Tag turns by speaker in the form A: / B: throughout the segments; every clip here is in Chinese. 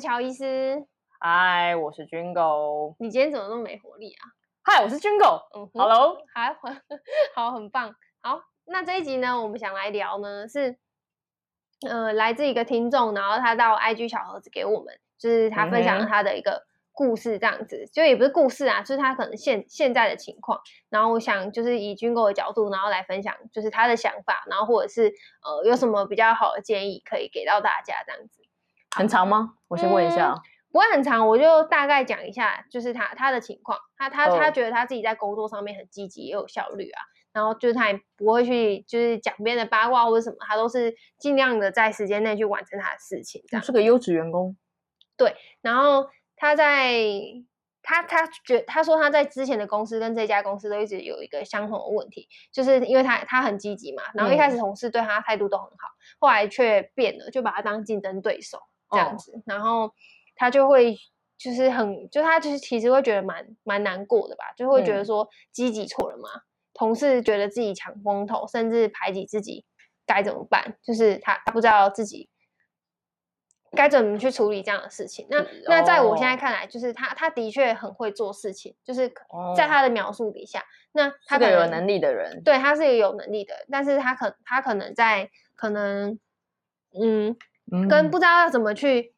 A: 乔医师，
B: 嗨，我是军狗。
A: 你今天怎么那么没活力啊？
B: 嗨，我是军狗。
A: 嗯哼
B: Hello，
A: 还好，好， 很棒。好，那这一集呢，我们想来聊呢是，呃，来自一个听众，然后他到 IG 小盒子给我们，就是他分享
B: 嗯
A: 了
B: 哼
A: 他的一个故事，这样子，就也不是故事啊，就是他可能现现在的情况。然后我想就是以军购的角度，然后来分享就是他的想法，然后或者是呃有什么比较好的建议可以给到大家这样子。
B: 很长吗？我先问一下。
A: 不会很长，我就大概讲一下，就是他他的情况，他他他
B: 哦
A: 觉得他自己在工作上面很积极，也有效率啊，然后就是他也不会去就是讲别人的八卦或者什么，他都是尽量的在时间内去完成他的事情，这
B: 我
A: 样。
B: 是个优质员工。
A: 然后他在他他觉他说他在之前的公司跟这家公司都一直有一个相同的问题，就是因为他他很积极嘛，然后一开
B: 嗯
A: 始同事对他态度都很好，后来却变了，就把他当竞争对手这样
B: 哦
A: 子，然后他就会。就是很，就他就是其实会觉得蛮蛮难过的吧，就会觉得
B: 嗯
A: 说积极错了嘛，同事觉得自己抢风头，甚至排挤自己，该怎么办？就是他他不知道自己该怎么去处理这样的事情。那
B: 嗯
A: 那在我现在
B: 哦
A: 看来，就是他他的确很会做事情，就是可
B: 哦
A: 在他的描述底下，那他
B: 是
A: 可
B: 个有
A: 能
B: 能力的人。
A: 对，他是一个有能力的人，但是他可他可能在可能嗯，
B: 嗯
A: 跟不知道要怎么去，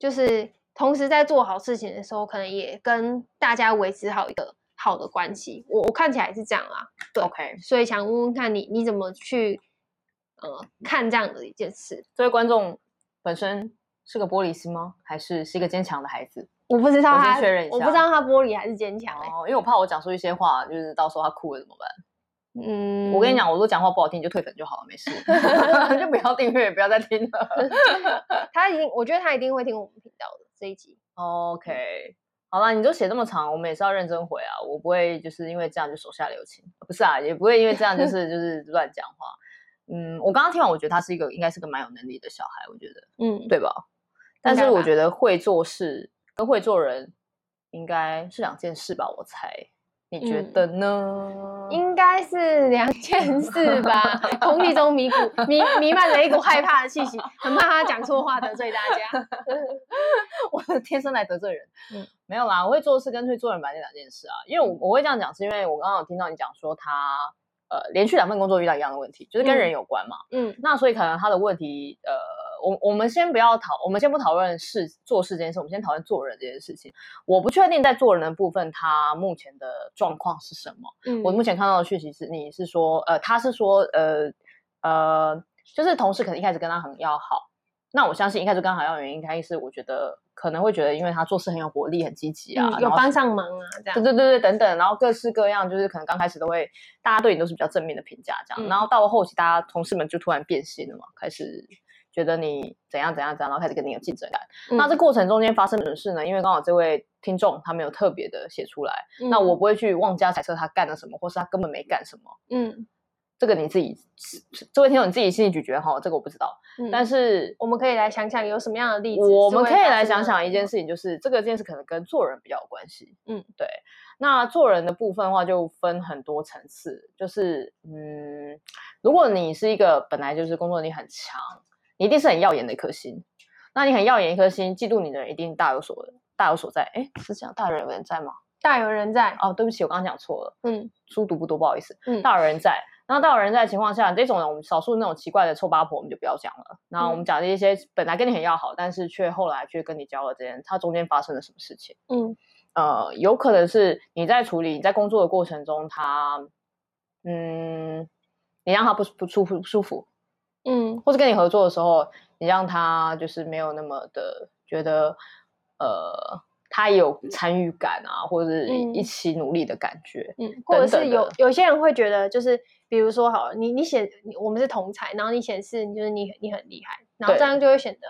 A: 就是同时在做好事情的时候，可能也跟大家维持好一个好的关系。我我看起来是这样啊啦，对
B: OK。
A: 所以想问问看你你怎么去呃看这样的一件事？
B: 这位观众本身是个玻璃心吗？还是是一个坚强的孩子？
A: 我不知道
B: 我先
A: 他，
B: 确认一
A: 我不
B: 下
A: 知道他玻璃还是坚强、欸。
B: 哦，因为我怕我讲出一些话，就是到时候他哭了怎么办？
A: 嗯，
B: 我跟你，讲，我都讲话不好听，你就退粉就好了，没 事，就不要订阅，不要再听了。
A: 他一定，我觉得他一定会听我们频道的这一集。嗯
B: OK，好啦，你就写这么长，我们也是要认真回啊。我不会就是因为这样就手下留情，不是啊，也不会因为这样就是就是乱讲话。嗯，我刚刚听完，我觉得他是一个应该是个蛮有能力的小孩，我觉得
A: 嗯，
B: 对吧？但
A: 该
B: 是我
A: 吧
B: 觉得会做事跟会做人应该是两件事吧，我猜。你觉
A: 嗯
B: 得呢？
A: 应该是两件事 吧。空气中弥股弥弥漫着一股害怕的气息，很怕他讲错话得罪大家。
B: 我的天生来得罪人。
A: 嗯
B: 嗯，没有啦，我会做事跟会做人本来就两件事啊。因为我我会这样讲，是因为我刚刚有听到你讲说他呃连续两份工作遇到一样的问题，就是跟
A: 嗯
B: 人有关嘛。
A: 嗯
B: 那所以可能他的问题呃。我我们先不要讨，我们先不讨论事做事这件事，我们先讨论做人这件事情。我不确定在做人的部分，他目前的状况是什么。
A: 嗯，
B: 我目前看到的讯息是，你是说，呃，他是说，呃，呃，就是同事可能一开始跟他很要好，那我相信一开始跟他很要好的原因，应该是我觉得可能会觉得，因为他做事很有活力、很积极啊，
A: 嗯有
B: 然后
A: 帮上忙啊，这样。
B: 对对对对，等等，然后各式各样，就是可能刚开始都会，大家对你都是比较正面的评价这样，
A: 嗯
B: 然后到了后期，大家同事们就突然变心了嘛，开始觉得你怎样怎样怎样，然后开始跟你有竞争感。
A: 嗯
B: 那这过程中间发生的事呢，因为刚好这位听众他没有特别的写出来，
A: 嗯
B: 那我不会去妄加揣测他干了什么，或是他根本没干什么。
A: 嗯
B: 这个你自己，这位听友你自己心里咀嚼哈，这个我不知道。
A: 嗯，
B: 但是
A: 我们可以来想想有什么样的例子，
B: 我们可以来想想一件
A: 事。
B: 事情，就是这个件事可能跟做人比较有关系。
A: 嗯，
B: 对。那做人的部分的话，就分很多层次，就是嗯，如果你是一个本来就是工作能力很强，你一定是很耀眼的一颗星。那你很耀眼一颗星，嫉妒你的人一定大有所大有所在。哎，是这样，大有人有人在吗？
A: 大有人在。
B: 哦，对不起，我刚刚讲错了，
A: 嗯
B: 书读不多，不好意思。
A: 嗯，
B: 大有人在。然后大有人在的情况下，这种人我们少数那种奇怪的臭八婆，我们就不要讲了。那我们讲的一些本来跟你很要好，但是却后来却跟你交了这人，他中间发生了什么事情？
A: 嗯
B: 呃，有可能是你在处理你在工作的过程中，他嗯，你让他不不舒服不舒服，
A: 嗯
B: 或是跟你合作的时候，你让他就是没有那么的觉得呃，他也有参与感啊，或者是
A: 嗯
B: 一起努力的感觉。
A: 嗯，或者
B: 等
A: 是
B: 等
A: 有
B: 的
A: 有些人会觉得，就是比如说好了，你你显你我们是同才，然后你显示你就是你很你很厉害，然后这
B: 对
A: 样就会显得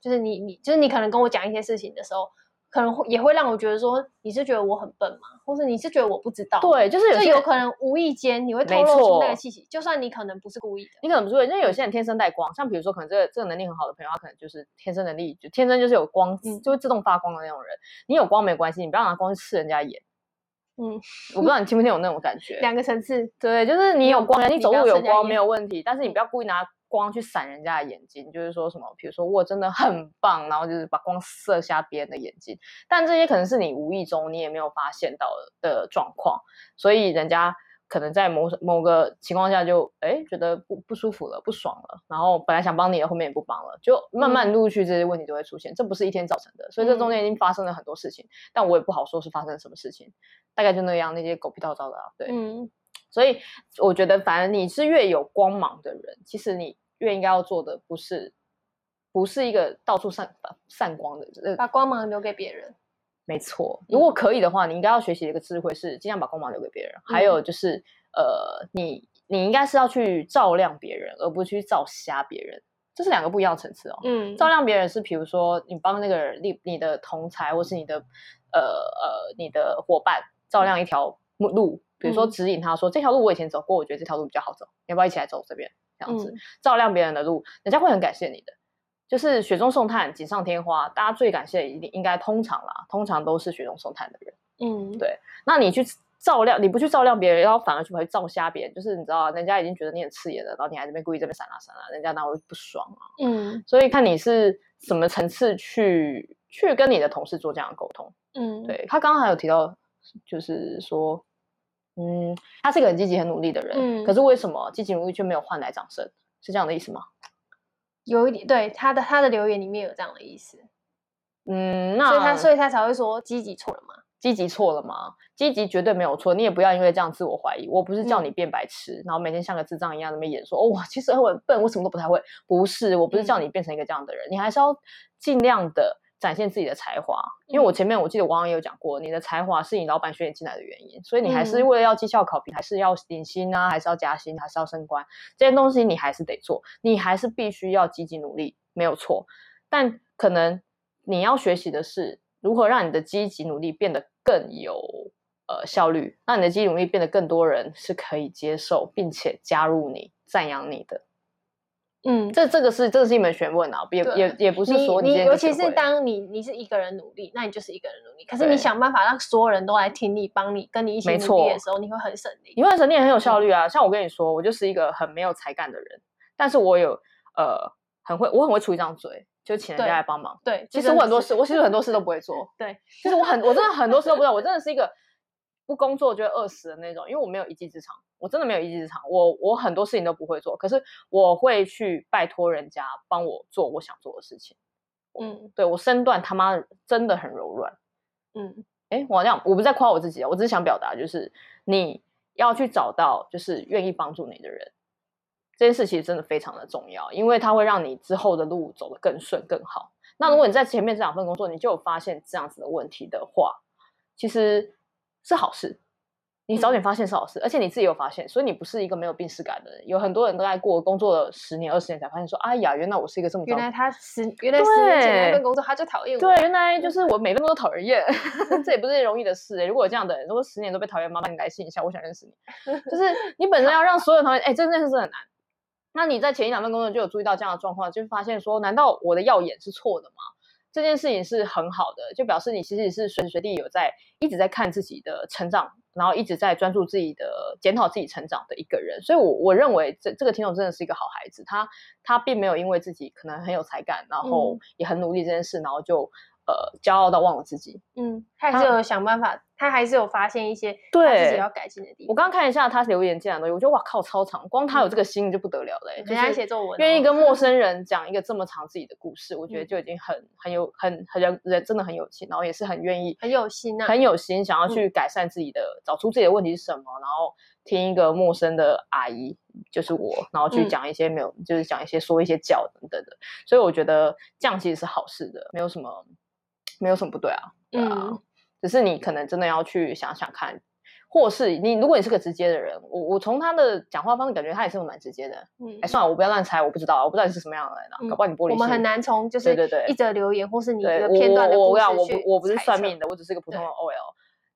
A: 就是你你就是你可能跟我讲一些事情的时候，可能会也会让我觉得说你是觉得我很笨吗？或是你是觉得我不知道？，
B: 对，就是有
A: 就
B: 些
A: 有可能无意间你会透
B: 没
A: 露出那个
B: 错
A: 气息，就算你可能不是故意的。
B: 你可能不是会，因为有些人天生带光，像比如说可能这个这个能力很好的朋友，他可能就是天生能力就天生就是有光，
A: 嗯
B: 就会自动发光的那种人。你有光没关系，你不要拿光去刺人家眼。
A: 嗯，
B: 我不知道你听不听有那种感觉。
A: 两个层次，嗯
B: 对，就是你有光，
A: 你
B: 你走
A: 不要
B: 路
A: 刺
B: 有
A: 人家
B: 光
A: 眼
B: 没有问题，但是你不要故意拿光去闪人家的眼睛，就是说什么，比如说我真的很棒，然后就是把光射瞎别人的眼睛，但这些可能是你无意中你也没有发现到的的状况，所以人家可能在某某个情况下就哎觉得不不舒服了，不爽了，然后本来想帮你的，后面也不帮了，就慢慢陆续这些问题就会出现，这不是一天造成的，所以这中间已经发生了很多事情，但我也不好说是发生了什么事情，大概就那样，那些狗屁倒灶的、啊，对，
A: 嗯，
B: 所以我觉得，反正你是越有光芒的人，其实你越应该要做的不是不是一个到处散散光的人。
A: 把光芒留给别人。
B: 没错，如果可以的话，你应该要学习一个智慧，是尽量把光芒留给别人。还有就是，呃，你你应该是要去照亮别人，而不去照瞎别人，这是两个不一样的层次哦。
A: 嗯，
B: 照亮别人是，比如说你帮那个人，你你的同才或是你的呃呃你的伙伴照亮一条目路，比如说
A: 嗯
B: 指引他说、这条路我以前走过，我觉得这条路比较好走，你要不要一起来走这边？这样子、
A: 嗯
B: 照亮别人的路，人家会很感谢你的。就是雪中送炭，锦上添花，大家最感谢的一定应该通常啦，通常都是雪中送炭的人。
A: 嗯，
B: 对那你去照亮，你不去照亮别人，然后反而去跑去照瞎别人，就是你知道，人家已经觉得你很刺眼了，然后你还这边故意这边闪啊闪啊，人家哪会不爽啊？
A: 嗯
B: 所以看你是什么层次去去跟你的同事做这样的沟通。
A: 嗯，，
B: 对他刚刚还有提到，就是说，嗯，他是一个很积极、很努力的人，
A: 嗯
B: 可是为什么积极努力却没有换来掌声？是这样的意思吗？
A: 有一点对他的他的留言里面有这样的意思，
B: 嗯，那
A: 所以他所以他才会说积极错了嘛。
B: 积极错了吗？积极绝对没有错，你也不要因为这样自我怀疑。我不是叫
A: 嗯
B: 你变白痴，然后每天像个智障一样那么演说，哦，我其实我很笨，我什么都不太会。不是，我不是叫你变成一个这样的人，你还是要尽量的展现自己的才华。因为我前面我记得我好像也有讲过，你的才华是你老板选你进来的原因，所以你还是
A: 嗯
B: 为了要绩效考评，还是要领薪啊，还是要加薪，还是要升官，这些东西你还是得做，你还是必须要积极努力，没有错。但可能你要学习的是如何让你的积极努力变得更有呃效率，让你的积极努力变得更多人是可以接受，并且加入你、赞扬你的。
A: 嗯，
B: 这这个是这是一门学问啊，也
A: 对
B: 也也不是说
A: 你
B: 今天
A: 尤
B: 就
A: 其
B: 学
A: 是
B: 会了
A: 当你你是一个人努力，那你就是一个人努力。可是
B: 对
A: 你想办法让所有人都来听你、帮你、跟你一起
B: 没
A: 努力
B: 错
A: 的时候，你会很省力。
B: 你会省力很有效率啊。像我跟你说，我就是一个很没有才干的人，但是我有呃很会，我很会出一张嘴，就请人
A: 对
B: 家来帮忙。
A: 对，就
B: 其实
A: 真
B: 我
A: 的
B: 很多
A: 是
B: 事，我其实很多事都不 会做。
A: 对，
B: 就是我很，我真的很多事都不知道，我真的是一个不工作就会饿死的那种，因为我没有一技之长，我真的没有一技之长，我我很多事情都不会做，可是我会去拜托人家帮我做我想做的事情。
A: 嗯
B: 对我身段他妈真的很柔软，
A: 嗯
B: 哎，我好像我不是在夸我自己啊，我只是想表达，就是你要去找到就是愿意帮助你的人，这件事其实真的非常的重要，因为它会让你之后的路走得更顺更好。那如果你
A: 嗯
B: 在前面这两份工作，你就有发现这样子的问题的话，其实是好事。你早
A: 嗯
B: 点发现是好事，而且你自己有发现，所以你不是一个没有病耻感的人。有很多人都在过工作了十年、二十年才发现说，哎呀，原来我是一个这么糟
A: 原来他十原来十年前那份工作他就讨厌我，
B: 对，原来就是我每份工作都讨人厌， 这也不是容易的事、欸。如果有这样的人，如果十年都被讨厌，麻烦你来信一下，我想认识你。就是你本身要让所有人讨厌，哎、这真的是很难。那你在前一两份工作就有注意到这样的状况，就发现说，难道我的耀眼是错的吗？这件事情是很好的，就表示你其实是随时随地有在一直在看自己的成长，然后一直在专注自己的检讨自己成长的一个人。所以我，我认为这这个听众真的是一个好孩子，他他并没有因为自己可能很有才干，然后也很努力这件事，然后就呃骄傲到忘了自己。
A: 嗯，他还是有想办法，他还是有发现一些他
B: 对
A: 自己要改进的地
B: 我
A: 方。
B: 刚刚看一下他留言进来的东西，我觉得哇靠，超长，光他有这个心就不得了了、欸，
A: 人家
B: 就是
A: 写作文哦，
B: 愿 意跟陌生人讲一个这么长自己的故事，我觉得
A: 嗯
B: 就已经很很有很很人人真的很有情，然后也是很愿意
A: 很有心啊，
B: 很有心想要
A: 嗯
B: 去改善自己的，找出自己的问题是什么，然后听一个陌生的阿姨，就是我，然后去
A: 嗯
B: 讲一些没有，就是讲一些说一些教等等的，所以我觉得这样其实是好事的，没有什么没有什么不对啊，对啊，
A: 嗯
B: 只是你可能真的要去想想看。或是你，如果你是个直接的人，我我从他的讲话方式感觉他也是蛮直接的，
A: 嗯
B: 哎，，算了，我不要乱猜，我不知道，我不知道你是什么样的人啊，
A: 嗯
B: 搞不好你玻璃
A: 我们
B: 心
A: 很难从就是
B: 对对对
A: 一则留言或是你一
B: 对
A: 个
B: 我
A: 片段的
B: 我
A: 故
B: 我
A: 事
B: 我
A: 去
B: 不我不是
A: 猜
B: 算
A: 测
B: 命的，我只是一个普通的
A: 对
B: OL。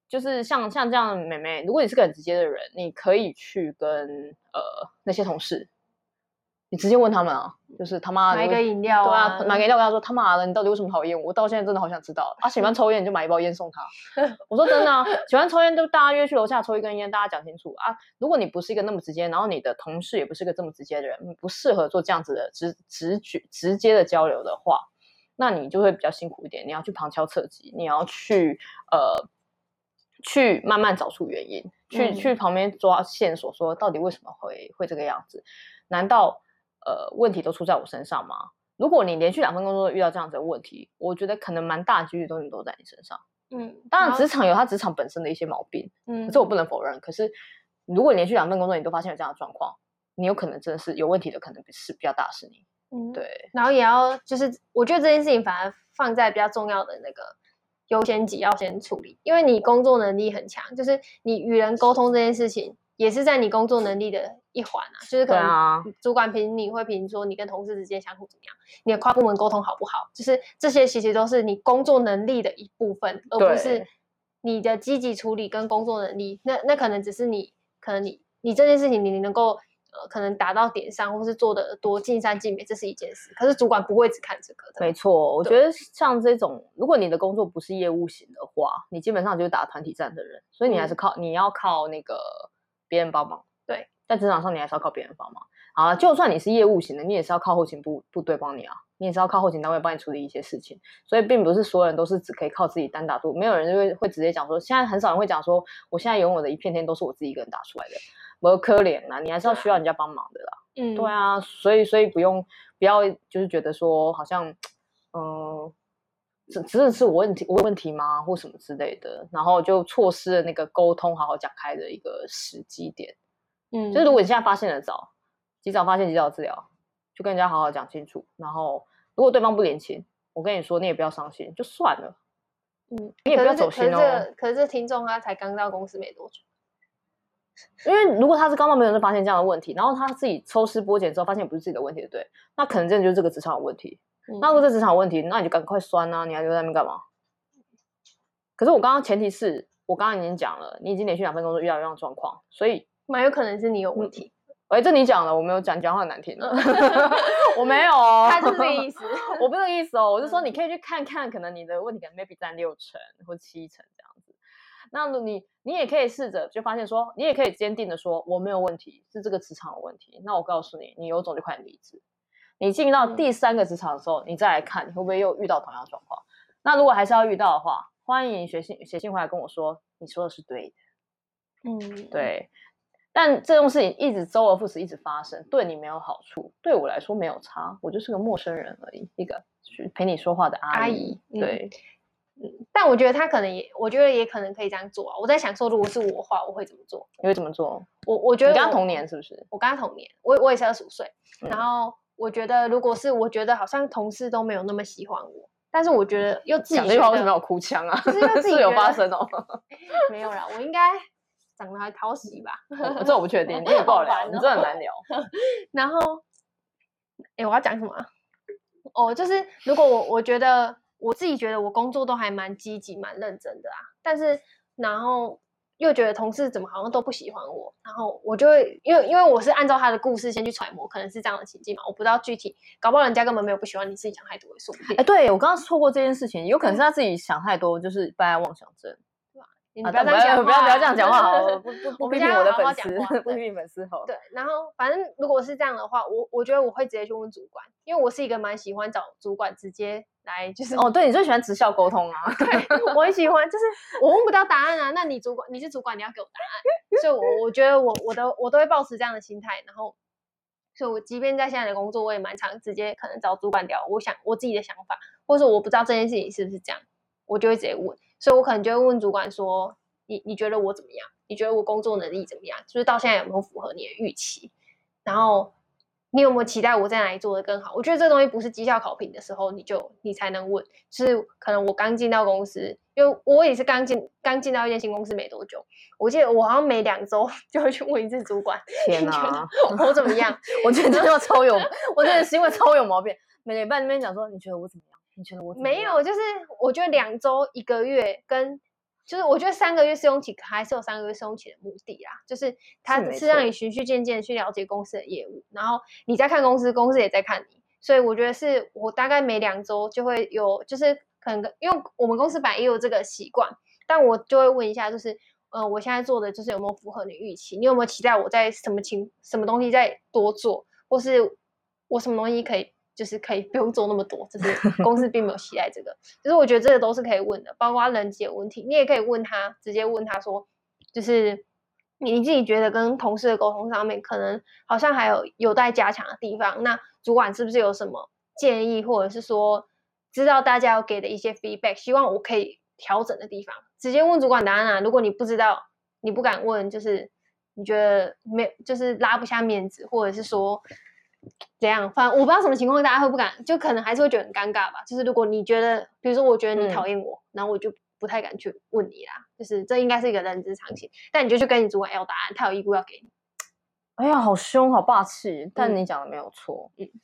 B: 就是像像这样的妹妹，如果你是个很直接的人，你可以去跟呃那些同事你直接问他们啊，就是他妈的
A: 买
B: 为
A: 个饮料
B: 对
A: 啊
B: 啊，，买个饮料跟他说他妈的，你到底为什么讨厌我？我到现在真的好想知道。啊，喜欢抽烟你就买一包烟送他。我说真的、啊，喜欢抽烟就大家约去楼下抽一根烟，大家讲清楚啊。如果你不是一个那么直接，然后你的同事也不是个这么直接的人，你不适合做这样子的直直觉直接的交流的话，那你就会比较辛苦一点。你要去旁敲侧击，你要去呃去慢慢找出原因，去、
A: 嗯
B: 去旁边抓线索，说到底为什么会会这个样子？难道呃问题都出在我身上吗？如果你连续两份工作都遇到这样子的问题，我觉得可能蛮大几率都都在你身上。
A: 嗯，
B: 当然，
A: 后
B: 职场有它职场本身的一些毛病，
A: 嗯，
B: 这我不能否认。可是，如果连续两份工作你都发现有这样的状况，你有可能真的是有问题的，可能是比较大的是你。
A: 嗯，
B: 对，
A: 然后也要就是，我觉得这件事情反而放在比较重要的那个优先级要先处理，因为你工作能力很强，就是你与人沟通这件事情也是在你工作能力的一环啊，就是可
B: 对啊
A: 能主管评你会评说你跟同事之间相处怎么样，你的跨部门沟通好不好，就是这些其实都是你工作能力的一部分，而不是
B: 对
A: 你的积极处理跟工作能力，那那可能只是你可能你你这件事情你能够呃可能达到点上，或是做的多尽善尽美，这是一件事。可是主管不会只看这个的，
B: 没错。我
A: 对
B: 觉得像这种，如果你的工作不是业务型的话，你基本上就是打团体战的人，所以你还是
A: 嗯
B: 靠、你要靠那个别人帮忙。
A: 对，
B: 在职场上你还是要靠别人帮忙。好啊，就算你是业务型的，你也是要靠后勤部部队帮你啊，你也是要靠后勤单位帮你处理一些事情。所以并不是所有人都是只可以靠自己单打独，没有人就会会直接讲说，现在很少人会讲说，我现在拥有的一片天都是我自己一个人打出来的，我可怜啊，你还是要需要人家帮忙的啦。
A: 嗯，
B: 对，啊，所以所以不用不要就是觉得说好像，嗯、呃，只只是是我问题我有问题吗或什么之类的，然后就错失了那个沟通好好讲开的一个时机点。
A: 嗯，
B: 就是如果你现在发现的早，及早发现及早治疗，就跟人家好好讲清楚。然后如果对方不领情，我跟你说你也不要伤心，就算了，
A: 嗯，
B: 你也不
A: 可
B: 要
A: 是这
B: 走心
A: 可是
B: 哦
A: 这。可是这听众他才刚到公司没多久，
B: 因为如果他是刚到没有就发现这样的问题，然后他自己抽丝剥茧之后发现不是自己的问题，对不对？那可能真的就是这个职场有问题。
A: 嗯
B: 那如果这职场有问题，那你就赶快酸啊！你还留在那边干嘛？可是我刚刚前提是我刚刚已经讲了，你已经连续两份工作遇到一样的状况，所以，
A: 蛮有可能是你有问题，
B: 哎，这你讲了，我没有讲，你讲话很难听了， 我没有哦，
A: 他就是这个意 思。
B: 我不是这个意思哦，我是说你可以去看看，可能你的问题可能 maybe 占六成或七成这样子。那如你你也可以试着就发现说，你也可以坚定的说我没有问题，是这个职场有问题。那我告诉你，你有种就快点离职。你进到
A: 嗯
B: 第三个职场的时候，你再来看你会不会又遇到同样的状况。那如果还是要遇到的话，欢迎写信写信回来跟我说，你说的是对的。
A: 嗯，，
B: 对，但这种事情一直周而复始，一直发生，对你没有好处，对我来说没有差，我就是个陌生人而已，一个去陪你说话的阿
A: 阿
B: 姨。嗯
A: 姨嗯
B: 对，
A: 但我觉得他可能也，我觉得也可能可以这样做啊。我在想说，如果是我的话，我会怎么做？
B: 你会怎么做？
A: 我我觉
B: 你
A: 得
B: 跟他
A: 我
B: 同年是不是？
A: 我跟他同年，我我也是二十五岁。
B: 嗯
A: 然后我觉得，如果是我觉得好像同事都没有那么喜欢我，但是我觉得又自己
B: 讲这句话为什么要哭腔啊？
A: 就是要自己
B: 是有
A: 觉
B: 发
A: 得
B: 生哦，
A: 没有啦，我应该长得还讨喜吧。
B: 我这我不确 定，因为不好
A: 好
B: 聊，
A: 烦
B: 你
A: 哦
B: 真的很难聊。
A: 然后，哎，我要讲什么啊？哦，就是如果我我觉得我自己觉得我工作都还蛮积极、蛮认真的啊，但是然后又觉得同事怎么好像都不喜欢我，然后我就会因为因为我是按照他的故事先去揣摩，可能是这样的情境嘛，我不知道具体，搞不好人家根本没有不喜欢你，自己想太多也说 不定
B: 哎，。对我刚刚错过这件事情，有可能是他自己想太多，就是被爱妄想 症。
A: 你
B: 啊
A: 不要
B: 但
A: 这样讲话啊，
B: 不要不要这样讲话，哦好， 我不不不
A: 我们
B: 批
A: 家
B: 评我的
A: 要好好
B: 粉
A: 讲话
B: 丝，不
A: 对
B: 批评粉丝吼。
A: 对，然后反正如果是这样的话，我我觉得我会直接去问主管，因为我是一个蛮喜欢找主管直接来，就是、
B: 哦，对，你最喜欢直校沟通 啊。
A: 对， 我很喜欢，就是我问不到答案啊，那你主管你是主管，你要给我答案，所以我我觉得我我都我都会保持这样的心态，然后，所以我即便在现在的工作，我也蛮常直接可能找主管聊我想我自己的想法，或者说我不知道这件事情是不是这样，我就会直接问，所以我可能就会问主管说，你你觉得我怎么样？你觉得我工作能力怎么样？就是到现在有没有符合你的预期？然后你有没有期待我在哪里做得更好？我觉得这东西不是绩效考评的时候你就你才能问，就是可能我刚进到公司，因为我也是刚进刚进到一间新公司没多久，我记得我好像每两周 就会去问一次主管，
B: 天
A: 你觉得
B: 哪！
A: 我怎么样？
B: 我觉得这句话超有， 我觉得行为超有毛病。每礼拜那边讲说，你觉得我怎么样？你觉得我怎么
A: 没
B: 样
A: 有，就是我觉得两周一个月跟就是我觉得三个月试用期还是有三个月试用期的目的啦，就是它
B: 是没
A: 是让
B: 错
A: 你循序渐进地去了解公司的业务，然后你在看公司，公司也在看你，所以我觉得是我大概每两周就会有，就是可能因为我们公司本来也有这个习惯，但我就会问一下，就是呃，我现在做的就是有没有符合你预期？你有没有期待我在什么情什么东西再多做，或是我什么东西可以就是可以 不用做那么多？就是公司并没有期待这个，就是我觉得这个都是可以问的，包括人际的问题，你也可以问他，直接问他说，就是你你自己觉得跟同事的沟通上面，可能好像还有有待加强的地方。那主管是不是有什么建议，或者是说知道大家有给的一些 feedback，希望我可以调整的地方，直接问主管答案啊。如果你不知道，你不敢问，就是你觉得没，就是拉不下面子，或者是说。怎样？反正我不知道什么情况，大家会不敢，就可能还是会觉得很尴尬吧。就是如果你觉得，比如说我觉得你
B: 嗯
A: 讨厌我，然后我就不太敢去问你啦。就是这应该是一个人之常情。但你就去跟你主管要答案，他有义务要给你。
B: 哎呀，好凶，好霸气！但
A: 嗯
B: 你讲的没有错，嗯
A: 啊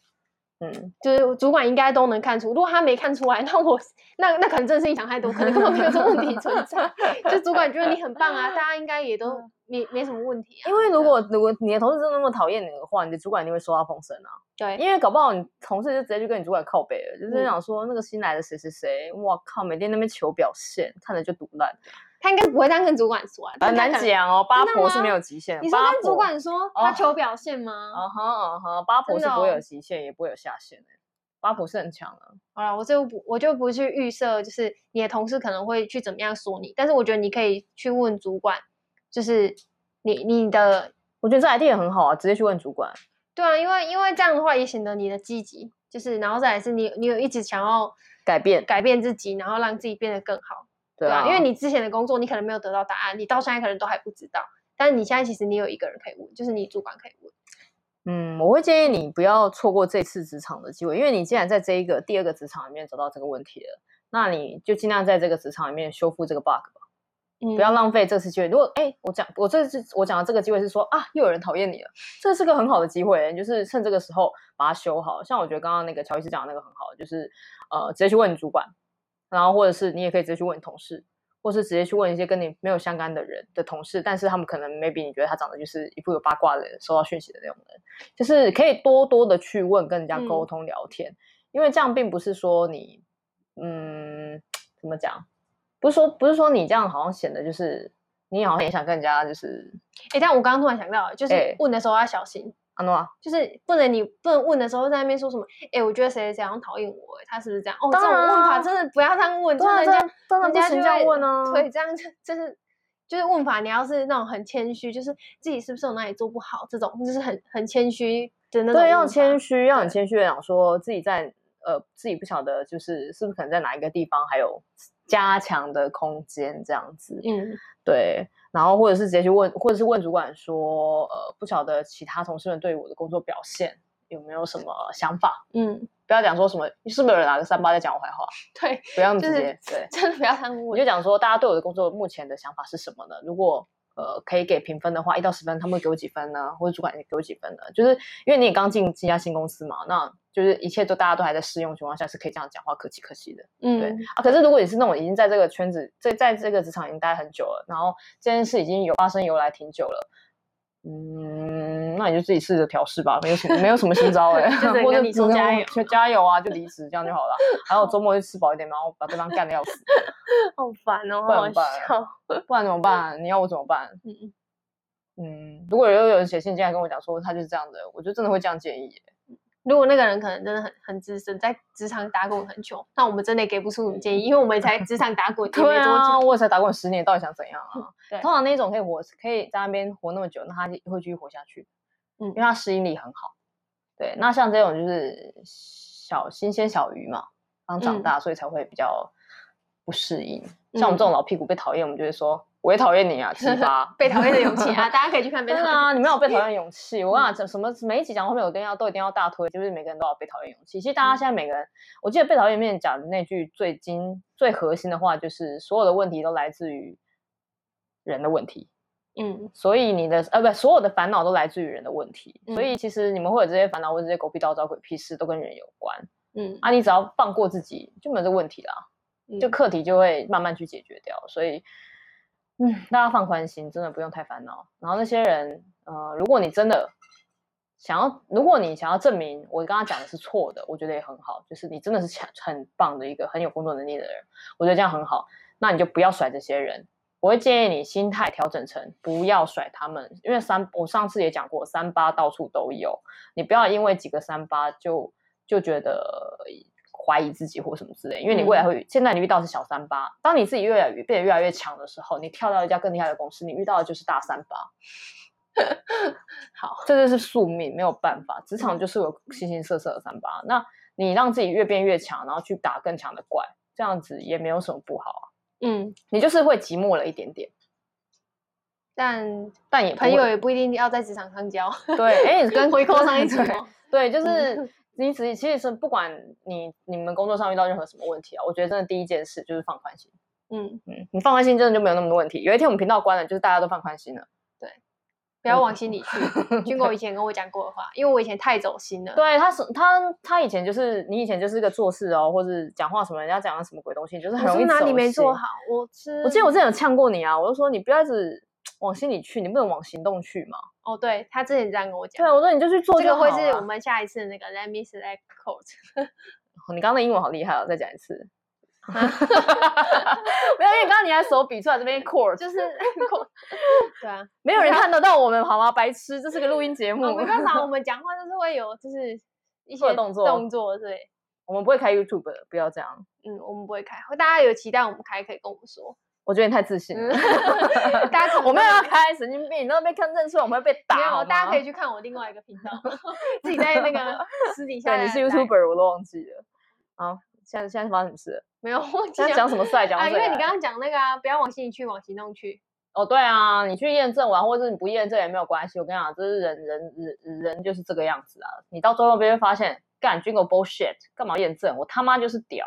B: 嗯，
A: 就是主管应该都能看出，如果他没看出来， 那我那那可能真的是你想太多，可能根本没有这个问题存在。就主管觉得你很棒啊，大家应该也都没没什么问题啊。
B: 嗯因为如
A: 对
B: 果如果你的同事真的那么讨厌你的话，你的主管一定会受到风声啊。
A: 对，
B: 因为搞不好你同事就直接去跟你主管靠北了，就是
A: 嗯
B: 想说那个新来的谁谁谁，哇靠，每天那边求表现，看着就毒烂，
A: 他应该不会这样跟主管说啊，
B: 很
A: 但他
B: 难
A: 可能。
B: 讲哦。八
A: 啊真的
B: 婆是
A: 吗
B: 没有极限的，
A: 你说
B: 八
A: 跟
B: 婆
A: 主管说他
B: 哦
A: 求表现吗？
B: 嗯哼嗯哼，八婆
A: 真
B: 是
A: 的
B: 不会有
A: 哦
B: 极限，也不会有下限的。八婆是很强的，
A: 好了，我就不我就不去预设，就是你的同事可能会去怎么样说你，但是我觉得你可以去问主管，就是你你的
B: 我觉得这 idea 也很好啊，直接去问主管。
A: 对啊，因为因为这样的话也显得你的积极，就是然后再来是你你有一直想要
B: 改变
A: 改变自己，然后让自己变得更好，
B: 对
A: 啊，
B: 啊，
A: 因为你之前的工作你可能没有得到答案，你到现在可能都还不知道，但是你现在其实你有一个人可以问，就是你主管可以问，
B: 嗯，我会建议你不要错过这次职场的机会，因为你既然在这一个第二个职场里面找到这个问题了，那你就尽量在这个职场里面修复这个 bug 吧，
A: 嗯
B: 不要浪费这次机会。如果哎，我讲我这次我讲的这个机会是说啊，又有人讨厌你了，这是个很好的机会，你就是趁这个时候把它修好。像我觉得刚刚那个乔医师讲的那个很好，就是呃，直接去问你主管，然后或者是你也可以直接去问你同事，或是直接去问一些跟你没有相干的人的同事，但是他们可能 maybe 你觉得他长得就是一副有八卦的人，收到讯息的那种人，就是可以多多的去问，跟人家
A: 嗯
B: 沟通聊天，因为这样并不是说你，嗯，怎么讲？不是说不是说你这样好像显得就是你好像也想跟人家就是
A: 哎、但我刚刚突然想到，就是
B: 哎
A: 问的时候要小心，
B: 阿诺啊，
A: 就是不能你不能问的时候在那边说什么，哎、我觉得谁谁谁好像讨厌我、他是不是这样？哦，这
B: 当
A: 种
B: 然
A: 问法
B: 啊
A: 真的不要这样问，就
B: 对啊
A: 人
B: 这
A: 家
B: 样当然
A: 人
B: 不
A: 家
B: 行
A: 就
B: 这样
A: 会
B: 问啊
A: 对，这样就就是就是问法，你要是那种很谦虚，就是自己是不是有哪里做不好，这种就是很很谦虚的那种。
B: 对，要谦
A: 虚。
B: 虚，要很
A: 对
B: 谦虚的讲说自己在呃自己不晓得就是是不是可能在哪一个地方还有加强的空间这样子，
A: 嗯，
B: 对，然后或者是直接去问，或者是问主管说，呃，不晓得其他同事们对我的工作表现有没有什么想法？
A: 嗯，
B: 不要讲说什么是不是有人拿个三八在讲我坏话，
A: 对，
B: 不要那么
A: 就
B: 直接
A: 是。
B: 对，
A: 真的不要这样
B: 我
A: 问。
B: 就讲说，大家对我的工作目前的想法是什么呢？如果呃可以给评分的话，一到十分，他们会给我几分呢？或者主管给我几分呢？就是因为你也刚进这家新公司嘛，那就是一切都大家都还在试用的情况下，是可以这样讲话，客气客气的。对
A: 嗯，
B: 啊，可是如果你是那种已经在这个圈子，在在这个职场已经待很久了，然后这件事已经有发生由来挺久了，嗯，那你就自己试着调试吧，没有什么没有什么 新招哎、
A: 就只能
B: 或者
A: 跟你说
B: 只能
A: 加
B: 跟我
A: 油
B: 说加油啊，就离职这样就好了。然后我周末就吃饱一点，然后把对方干的要死，
A: 好烦哦，
B: 不
A: 好
B: 然
A: 好
B: 怎么办
A: 笑。
B: 不然怎么办？你要我怎么办？
A: 嗯嗯
B: 嗯，如果有有人写信进来跟我讲说他就是这样的，我就真的会这样建议欸、
A: 如果那个人可能真的很很资深，在职场打滚很久，那我们真的也给不出什么建议，因为我们才职场打 滚也没
B: 对
A: 多
B: 啊，
A: 久。
B: 我也才打滚十年，到底想怎样啊？
A: 对
B: 通常那种可以活，可以在那边活那么久，那他就会继续活下去，
A: 嗯
B: 因为他适应力很好。对，那像这种就是小新鲜小鱼嘛，刚长
A: 嗯
B: 大，所以才会比较不适应。像我们这
A: 嗯。
B: 种老屁股被讨厌，我们就会说我也讨厌你啊，鸡巴
A: 被讨厌的勇 气啊，大家可以去看被
B: 真
A: 讨
B: 的
A: 厌。嗯
B: 啊，你们有被讨厌的勇气。我跟你讲，什么每一集讲后面，我跟要都一定要大推，就是每个人都要有被讨厌的勇气。其实大家
A: 嗯
B: 现在每个人，我记得被讨厌面讲的那句最精最核心的话，就是所有的问题都来自于人的问题，
A: 嗯，
B: 所以你的呃不，所有的烦恼都来自于人的问题。所
A: 嗯
B: 以其实你们会有这些烦恼，或者这些狗屁叨叨、鬼屁事，都跟人有关
A: 嗯，
B: 啊。你只要放过自己，就没有这问题啦。就
A: 嗯
B: 课题就会慢慢去解决掉。所以
A: 嗯，
B: 大家放宽心，真的不用太烦恼。然后那些人，呃，如果你真的想要，如果你想要证明我刚刚讲的是错的，我觉得也很好，就是你真的是强很棒的一个很有工作能力的人，我觉得这样很好。那你就不要甩这些人。我会建议你心态调整成不要甩他们，因为三我上次也讲过，三八到处都有，你不要因为几个三八就就觉得怀疑自己或什么之类，因为你未来会、现在你遇到的是小三八，当你自己越来越变得越来越强的时候，你跳到一家更厉害的公司，你遇到的就是大三八，
A: 好，
B: 这就是宿命，没有办法，职场就是有形形色色的三八。那你让自己越变越强，然后去打更强的怪，这样子也没有什么不好啊。
A: 嗯，
B: 你就是会寂寞了一点点，
A: 但
B: 但也不
A: 朋
B: 会
A: 友也不一定要在职场上 交，
B: 对，哎，跟
A: 回扣上一组
B: 对
A: 哦
B: 对，就是你只其实是不管你你们工作上遇到任何什么问题啊，我觉得真的第一件事就是放宽心。
A: 嗯，
B: 嗯，你放宽心真的就没有那么多问题。有一天我们频道关了，就是大家都放宽心了。
A: 不要往心里去。军狗以前跟我讲过的话，因为我以前太走心了。
B: 嗯对，他啊是他他以前就是你以前就是个做事哦，或者讲话什么人家讲的什么鬼东西，就是很
A: 我
B: 容
A: 是
B: 易
A: 哪
B: 走
A: 里没做
B: 心
A: 好？我是
B: 我记得我之前有呛过你啊，我就说你不要一直往心里去，你不能往行动去嘛。
A: 哦，对他之前这样跟我讲
B: 对，，啊我说你就去做
A: 这个
B: 就好
A: 会
B: 了。
A: 是我们下一次的那个 Let me select quote。
B: 你刚刚的英文好厉害哦，再讲一 次。 没有，因为刚刚你还手比出来这 边 core，就是
A: 对啊，
B: 没有人看得到我们好吗？白痴，这是个录音节目，
A: 哦，没办法，我们讲话就是会有就是一
B: 会有
A: 些
B: 动作
A: 动作对。
B: 我们不会开 YouTube 的，不要这样。
A: 嗯，我们不会开，大家有期待我们开可以跟我们说。
B: 我觉得你太自信
A: 嗯
B: 了，
A: 大家可能
B: 我没有要
A: 没
B: 开，神经病！你都被看认出来，我们会被打。好
A: 有，
B: 吗
A: 大家可以去看我另外一个频道，自己在那个私底下
B: 对，你是
A: 来
B: YouTuber，我都忘记了。好，现在现在发生什么事了？
A: 没有忘记
B: 现在讲什么赛？讲
A: 啊？
B: 到
A: 因
B: 这里
A: 为你
B: 来
A: 刚刚讲那个啊，不要往心里去，往行动去。
B: 哦，对啊，你去验证完，或者是你不验证也没有关系。我跟你讲，这是人人人人就是这个样子啊。你到最后被会发现，干军狗 bullshit，干嘛验证？我他妈就是屌！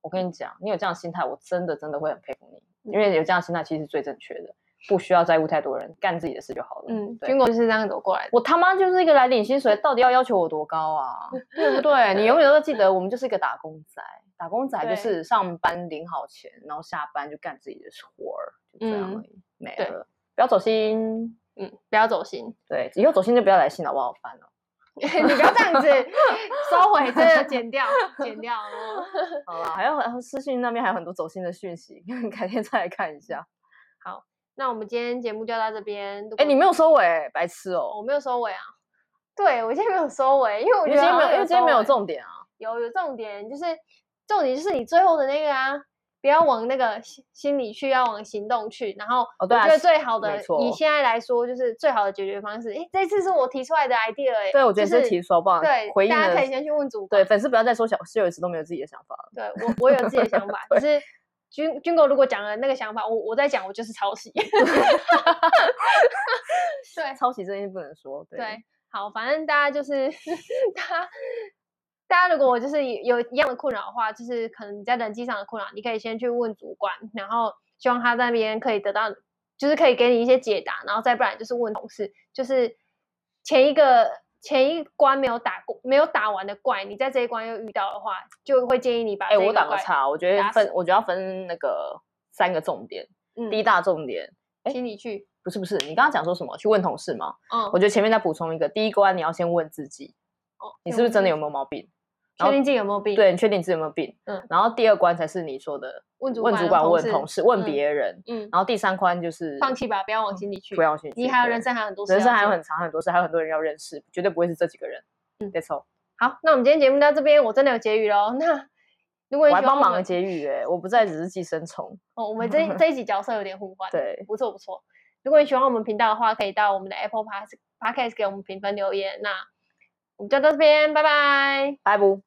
B: 我跟你讲，你有这样的心态，我真的真的会很佩服你，因为有这样的心态其实是最正确的，不需要在乎太多人，干自己的事就好了。
A: 嗯，
B: 对
A: 军狗就是这样走过来的。
B: 我他妈就是一个来领薪水，到底要要求我多高啊？ 对不对？你永远都记得，我们就是一个打工仔，打工仔就
A: 对
B: 是上班领好钱，然后下班就干自己的活儿，就这样
A: 嗯
B: 而已，没
A: 对
B: 了。不要走心，
A: 嗯，不要走心，
B: 对，以后走心就不要来信了，我好烦哦。
A: 你不要这样 子收回，真的剪掉，剪掉。嗯
B: 好了，还有还有私信那边还有很多走心的讯息， 改天再来看一下。
A: 那我们今天节目就到这边。如
B: 哎，
A: 果
B: 你没有收尾，白痴哦！
A: 我没有收尾啊？对，我今天没有收尾，因为我觉
B: 因为
A: 得
B: 今天
A: 好像
B: 没有，因为今天没有
A: 尾
B: 重点啊。
A: 有有重点，就是重点就是你最后的那个啊，不要往那个心心里去，要往行动去。然后
B: 哦
A: 我
B: 对啊
A: 觉得最好
B: 没
A: 的，
B: 错
A: 以现在来说，就是最好的解决方式。诶，这次是我提出来的 idea，哎、
B: 对，我觉得
A: 就
B: 这
A: 是
B: 题说不好，
A: 对，
B: 回应
A: 大家
B: 了
A: 可以先去问主管
B: 对。粉丝不要再说小室友一直都没有自己的想法了。
A: 对我我有自己的想 法，可是军军狗如果讲了那个想法，我我在讲，我就是抄 袭。 对，
B: 抄袭这件事不能说，对。
A: 对，好，反正大家就是 大家，大家如果就是有有一样的困扰的话，就是可能你在人际上的困扰，你可以先去问主管，然后希望他那边可以得到，就是可以给你一些解答，然后再不然就是问同事，就是前一个前一关没有打过、没有打完的怪，你在这一关又遇到的话，就会建议你把
B: 哎、
A: 这
B: 我
A: 个
B: 打个
A: 怪
B: 岔，我觉得
A: 打
B: 分
A: 死，
B: 我觉得要分那个三个重点。第一
A: 嗯，
B: 大重点哎
A: 心里去，
B: 不是不是，你刚刚讲说什么？去问同事吗？
A: 嗯，
B: 我觉得前面再补充一个，第一关你要先问自己，
A: 哦
B: 你是不是真的有
A: 问
B: 没有毛病？
A: 自己
B: 然后
A: 确定自己有没有病？，
B: 对，你确定自己有没有病？
A: 嗯。
B: 然后第二关才是你说的
A: 问主
B: 问主管、问同
A: 事，
B: 事、问
A: 嗯
B: 别人。
A: 嗯，
B: 然后第三关就是
A: 放弃吧，不要往心里去，
B: 不要去。
A: 你还有
B: 对
A: 人生还有很多事要
B: 人
A: 做，
B: 生还有很长很多事，还有很多人要认识，绝对不会是这几个人。
A: 嗯
B: ，That's all。
A: 好，那我们今天节目到这边，我真的有结语喽。那如果
B: 我
A: 你
B: 还
A: 喜欢
B: 帮
A: 我
B: 忙了
A: 们
B: 结语哎，我不再只是寄生虫。
A: 哦，我们 这一这一集角色有点互换，，
B: 对，
A: 不错不错。如果你喜欢我们频道的话，可以到我们的 Apple Podcast Podcast 给我们评分留言。那我们就到这边，拜拜。
B: 拜不。